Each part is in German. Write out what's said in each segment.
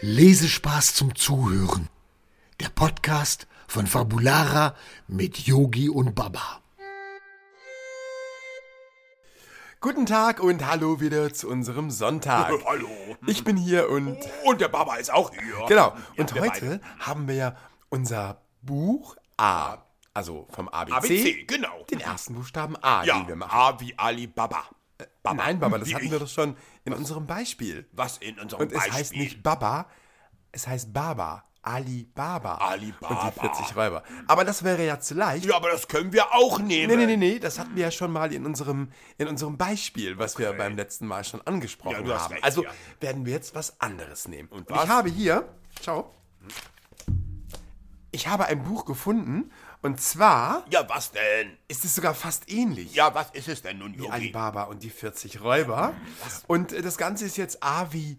Lesespaß zum Zuhören. Der Podcast von Fabulara mit Yogi und Baba. Guten Tag und hallo wieder zu unserem Sonntag. Hallo. Ich bin hier und Und der Baba ist auch hier. genau. Und wir heute haben wir ja unser Buch A, also vom ABC, ABC, genau. den ersten Buchstaben A, ja, den wir machen. A wie Alibaba. Baba. Nein, Baba, das Wie hatten ich. wir doch schon in unserem Beispiel. Was in unserem Und es Beispiel. heißt nicht Baba, es heißt Baba. Ali Baba. Ali Baba. Und die 40 Räuber. Aber das wäre ja zu leicht. ja, aber das können wir auch Nee, nehmen. nee, nee, nee, das hatten wir ja schon mal in unserem, in unserem Beispiel, was wir beim letzten Mal schon Ja, angesprochen du hast haben. recht, also ja. werden wir jetzt was anderes nehmen. Und was? ich habe hier, schau, ich habe ein Buch gefunden und zwar Ja, was denn? ist es sogar fast ähnlich. Ja, was ist es denn nun, wie Yogi? Alibaba und die 40 Räuber. Und äh, das Ganze ist jetzt A wie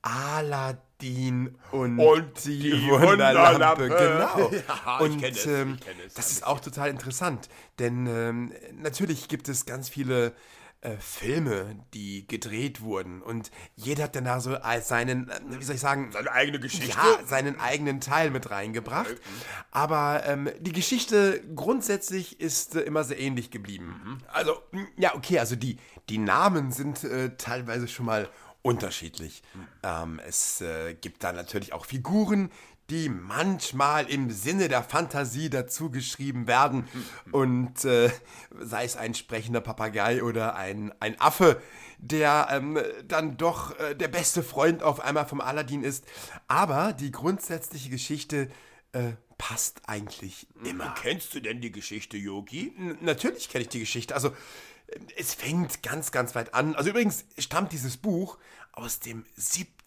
Aladdin und, Und die, die Wunderlampe. Wunderlampe. Genau. Ja, ich und kenne es, ich ähm, kenne es, das hab ist auch total interessant, denn ähm, natürlich gibt es ganz viele äh, Filme, die gedreht wurden und jeder hat danach so als seinen, äh, wie soll ich sagen, Seine eigene Geschichte? ja, Äh, mhm. seinen eigenen Teil mit reingebracht. Aber ähm, die Geschichte grundsätzlich ist äh, immer sehr ähnlich geblieben. Also, mh, ja, okay, also die, die Namen sind äh, teilweise schon mal unterschiedlich. Ähm, es äh, gibt da natürlich auch Figuren, die manchmal im Sinne der Fantasie dazu geschrieben werden. Und äh, sei es ein sprechender Papagei oder ein, ein Affe, der ähm, dann doch äh, der beste Freund auf einmal vom Aladdin ist. Aber die grundsätzliche Geschichte äh, passt eigentlich immer. Hm, Kennst du denn die Geschichte, Yogi? N natürlich kenne ich die Geschichte. Also äh, es fängt ganz, ganz weit an. Also übrigens stammt dieses Buch aus dem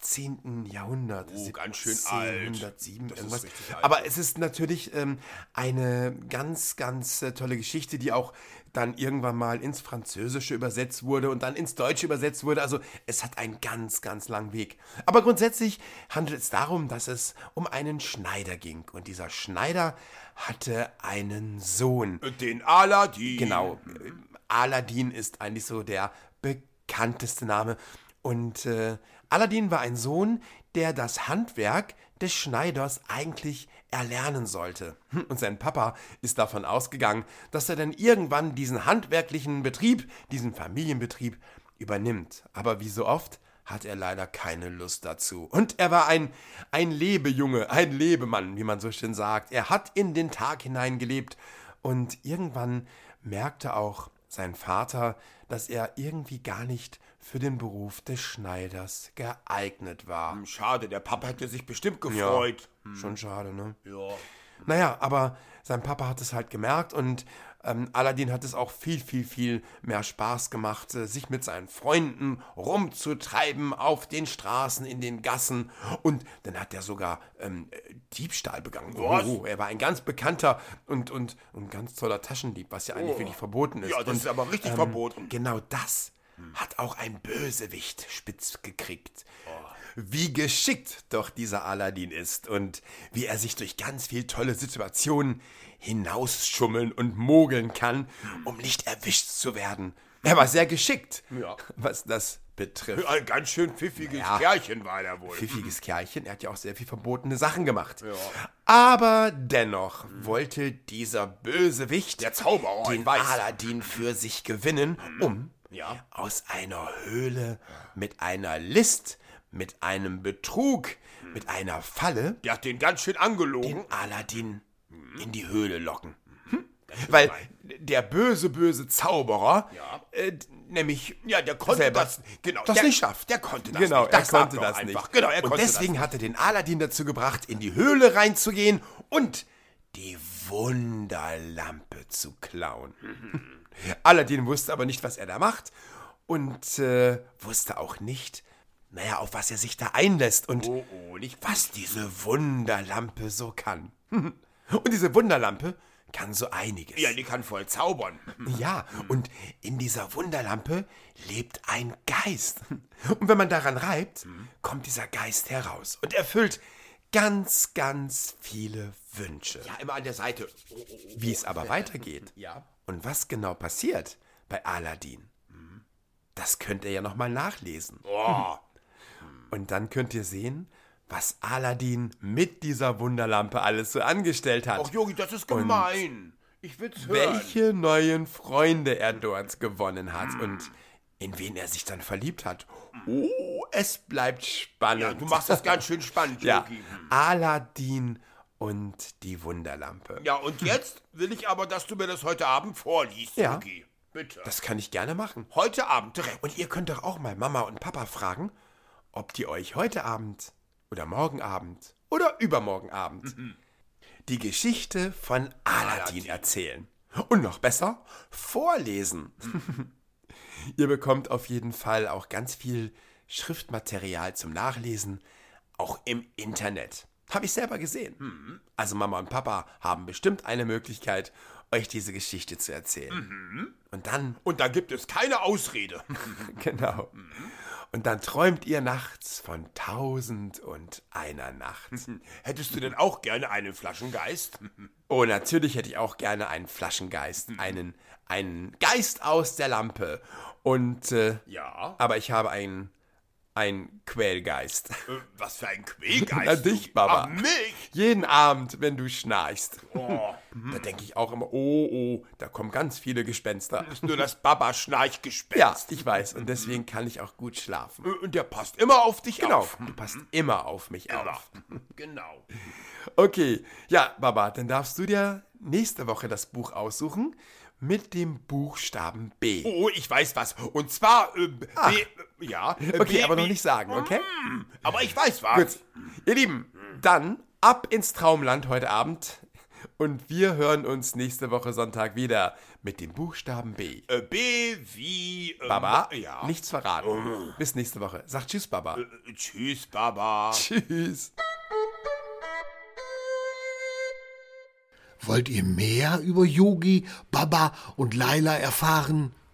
17. Jahrhundert. Oh, ganz schön alt. 1707 Das ist irgendwas. richtig alt. Aber es ist natürlich ähm, eine ganz, ganz äh, tolle Geschichte, die auch dann irgendwann mal ins Französische übersetzt wurde und dann ins Deutsche übersetzt wurde. Also es hat einen ganz, ganz langen Weg. Aber grundsätzlich handelt es darum, dass es um einen Schneider ging. Und dieser Schneider hatte einen Sohn. Hm, Den Aladdin. Genau. Aladdin ist eigentlich so der bekannteste Name. Und äh, Aladdin war ein Sohn, der das Handwerk des Schneiders eigentlich erlernen sollte. Hm, Und sein Papa ist davon ausgegangen, dass er dann irgendwann diesen handwerklichen Betrieb, diesen Familienbetrieb übernimmt. Aber wie so oft hat er leider keine Lust dazu. Und er war ein, ein Lebejunge, ein Lebemann, wie man so schön sagt. Er hat in den Tag hinein gelebt und irgendwann merkte auch sein Vater, dass er irgendwie gar nicht für den Beruf des Schneiders geeignet war. Hm, Schade, der Papa hätte sich bestimmt gefreut. Schon schade, ne? Hm. Ja. Naja, aber sein Papa hat es halt gemerkt und ähm, Aladdin hat es auch viel, viel, viel mehr Spaß gemacht, äh, sich mit seinen Freunden rumzutreiben auf den Straßen, in den Gassen. Und dann hat er sogar ähm, äh, Diebstahl begangen. Was? Oh, er war ein ganz bekannter und, und, und ganz toller Taschendieb, was ja eigentlich wirklich verboten ist. Oh. Ja, das und, ist aber richtig verboten. Genau das hat auch ein Bösewicht spitz gekriegt. Wie geschickt doch dieser Aladdin ist und wie er sich durch ganz viel tolle Situationen hinausschummeln und mogeln kann, um nicht erwischt zu werden. Er war sehr geschickt, Ja. was das betrifft. Ein ganz schön pfiffiges Ja. Kerlchen war der wohl. Pfiffiges Kerlchen, er hat ja auch sehr viel verbotene Sachen gemacht. Aber dennoch wollte dieser Bösewicht, Der Zauberer, den ich weiß. Aladdin für sich gewinnen, um Ja. aus einer Höhle mit einer List, mit einem Betrug, mit einer Falle Der hat den ganz schön angelogen. den Aladdin Mhm. in die Höhle locken. Hm? Weil der böse, böse Zauberer, Ja. äh, d- nämlich Ja, der konnte selber das- genau, das der- nicht schafft. der konnte das genau, nicht. Er Das sagt konnte doch das einfach. nicht. Genau, er und konnte das deswegen hat er den Aladdin dazu gebracht, in die Höhle reinzugehen und die Wunderlampe zu klauen. Mhm. Aladdin wusste aber nicht, was er da macht und äh, wusste auch nicht, naja, auf was er sich da einlässt und Oh. was diese Wunderlampe so kann. und diese Wunderlampe kann so einiges. Ja, die kann voll zaubern. Ja, und in dieser Wunderlampe lebt ein Geist. Und wenn man daran reibt, kommt dieser Geist heraus und erfüllt ganz, ganz viele Wünsche. Ja, immer an der Seite. Oh, oh, oh. Wie es aber weitergeht Ja. und was genau passiert bei Aladdin, oh, das könnt ihr ja nochmal nachlesen. Boah. Und dann könnt ihr sehen, was Aladdin mit dieser Wunderlampe alles so angestellt hat. Ach, Yogi, das ist gemein. ich will's hören. welche neuen Freunde er dort gewonnen hat und in wen er sich dann verliebt hat. Oh, es bleibt spannend. Ja, du machst das ganz schön spannend, Ja, Yogi. Aladdin und die Wunderlampe. Ja, und jetzt will ich aber, dass du mir das heute Abend vorliest, Ja. Yogi. Bitte. Das kann ich gerne machen. heute Abend direkt. Und ihr könnt doch auch mal Mama und Papa fragen, ob die euch heute Abend oder morgen Abend oder übermorgen Abend die Geschichte von Aladdin erzählen. Und noch besser, vorlesen. ihr bekommt auf jeden Fall auch ganz viel Schriftmaterial zum Nachlesen, auch im Internet. Habe ich selber gesehen. Also Mama und Papa haben bestimmt eine Möglichkeit, euch diese Geschichte zu erzählen. Und dann Und da gibt es keine Ausrede. Genau. Und dann träumt ihr nachts von tausend und einer Nacht. Hättest du denn auch gerne einen Flaschengeist? Oh, natürlich hätte ich auch gerne einen Flaschengeist, einen, einen Geist aus der Lampe. Und, äh, Ja. aber ich habe einen, einen Quälgeist. Äh, Was für ein Quälgeist. Na, dich, Yogi. Baba. Ach, mich. Jeden Abend, wenn du schnarchst, Oh, da denke ich auch immer, oh, oh, da kommen ganz viele Gespenster. ist nur das Baba-Schnarchgespenst. Ja, ich weiß. Und deswegen kann ich auch gut schlafen. Und der passt immer auf dich Genau, auf. Mhm. du passt immer auf mich auf. Genau. Okay, ja, Baba, dann darfst du dir nächste Woche das Buch aussuchen mit dem Buchstaben B. Oh, ich weiß was. Und zwar, äh, B, Ach. äh, ja. äh, Okay, B, aber wie- noch nicht sagen, okay? Ah. Aber ich weiß Gut. was. Ihr Lieben, dann ab ins Traumland heute Abend und wir hören uns nächste Woche Sonntag wieder mit dem Buchstaben B. Äh, B wie. ähm, Baba, Ja. Oh. nichts verraten. Bis nächste Woche. Sag Tschüss, Baba. Äh, Tschüss, Baba. Tschüss. Wollt ihr mehr über Yogi, Baba und Laila erfahren?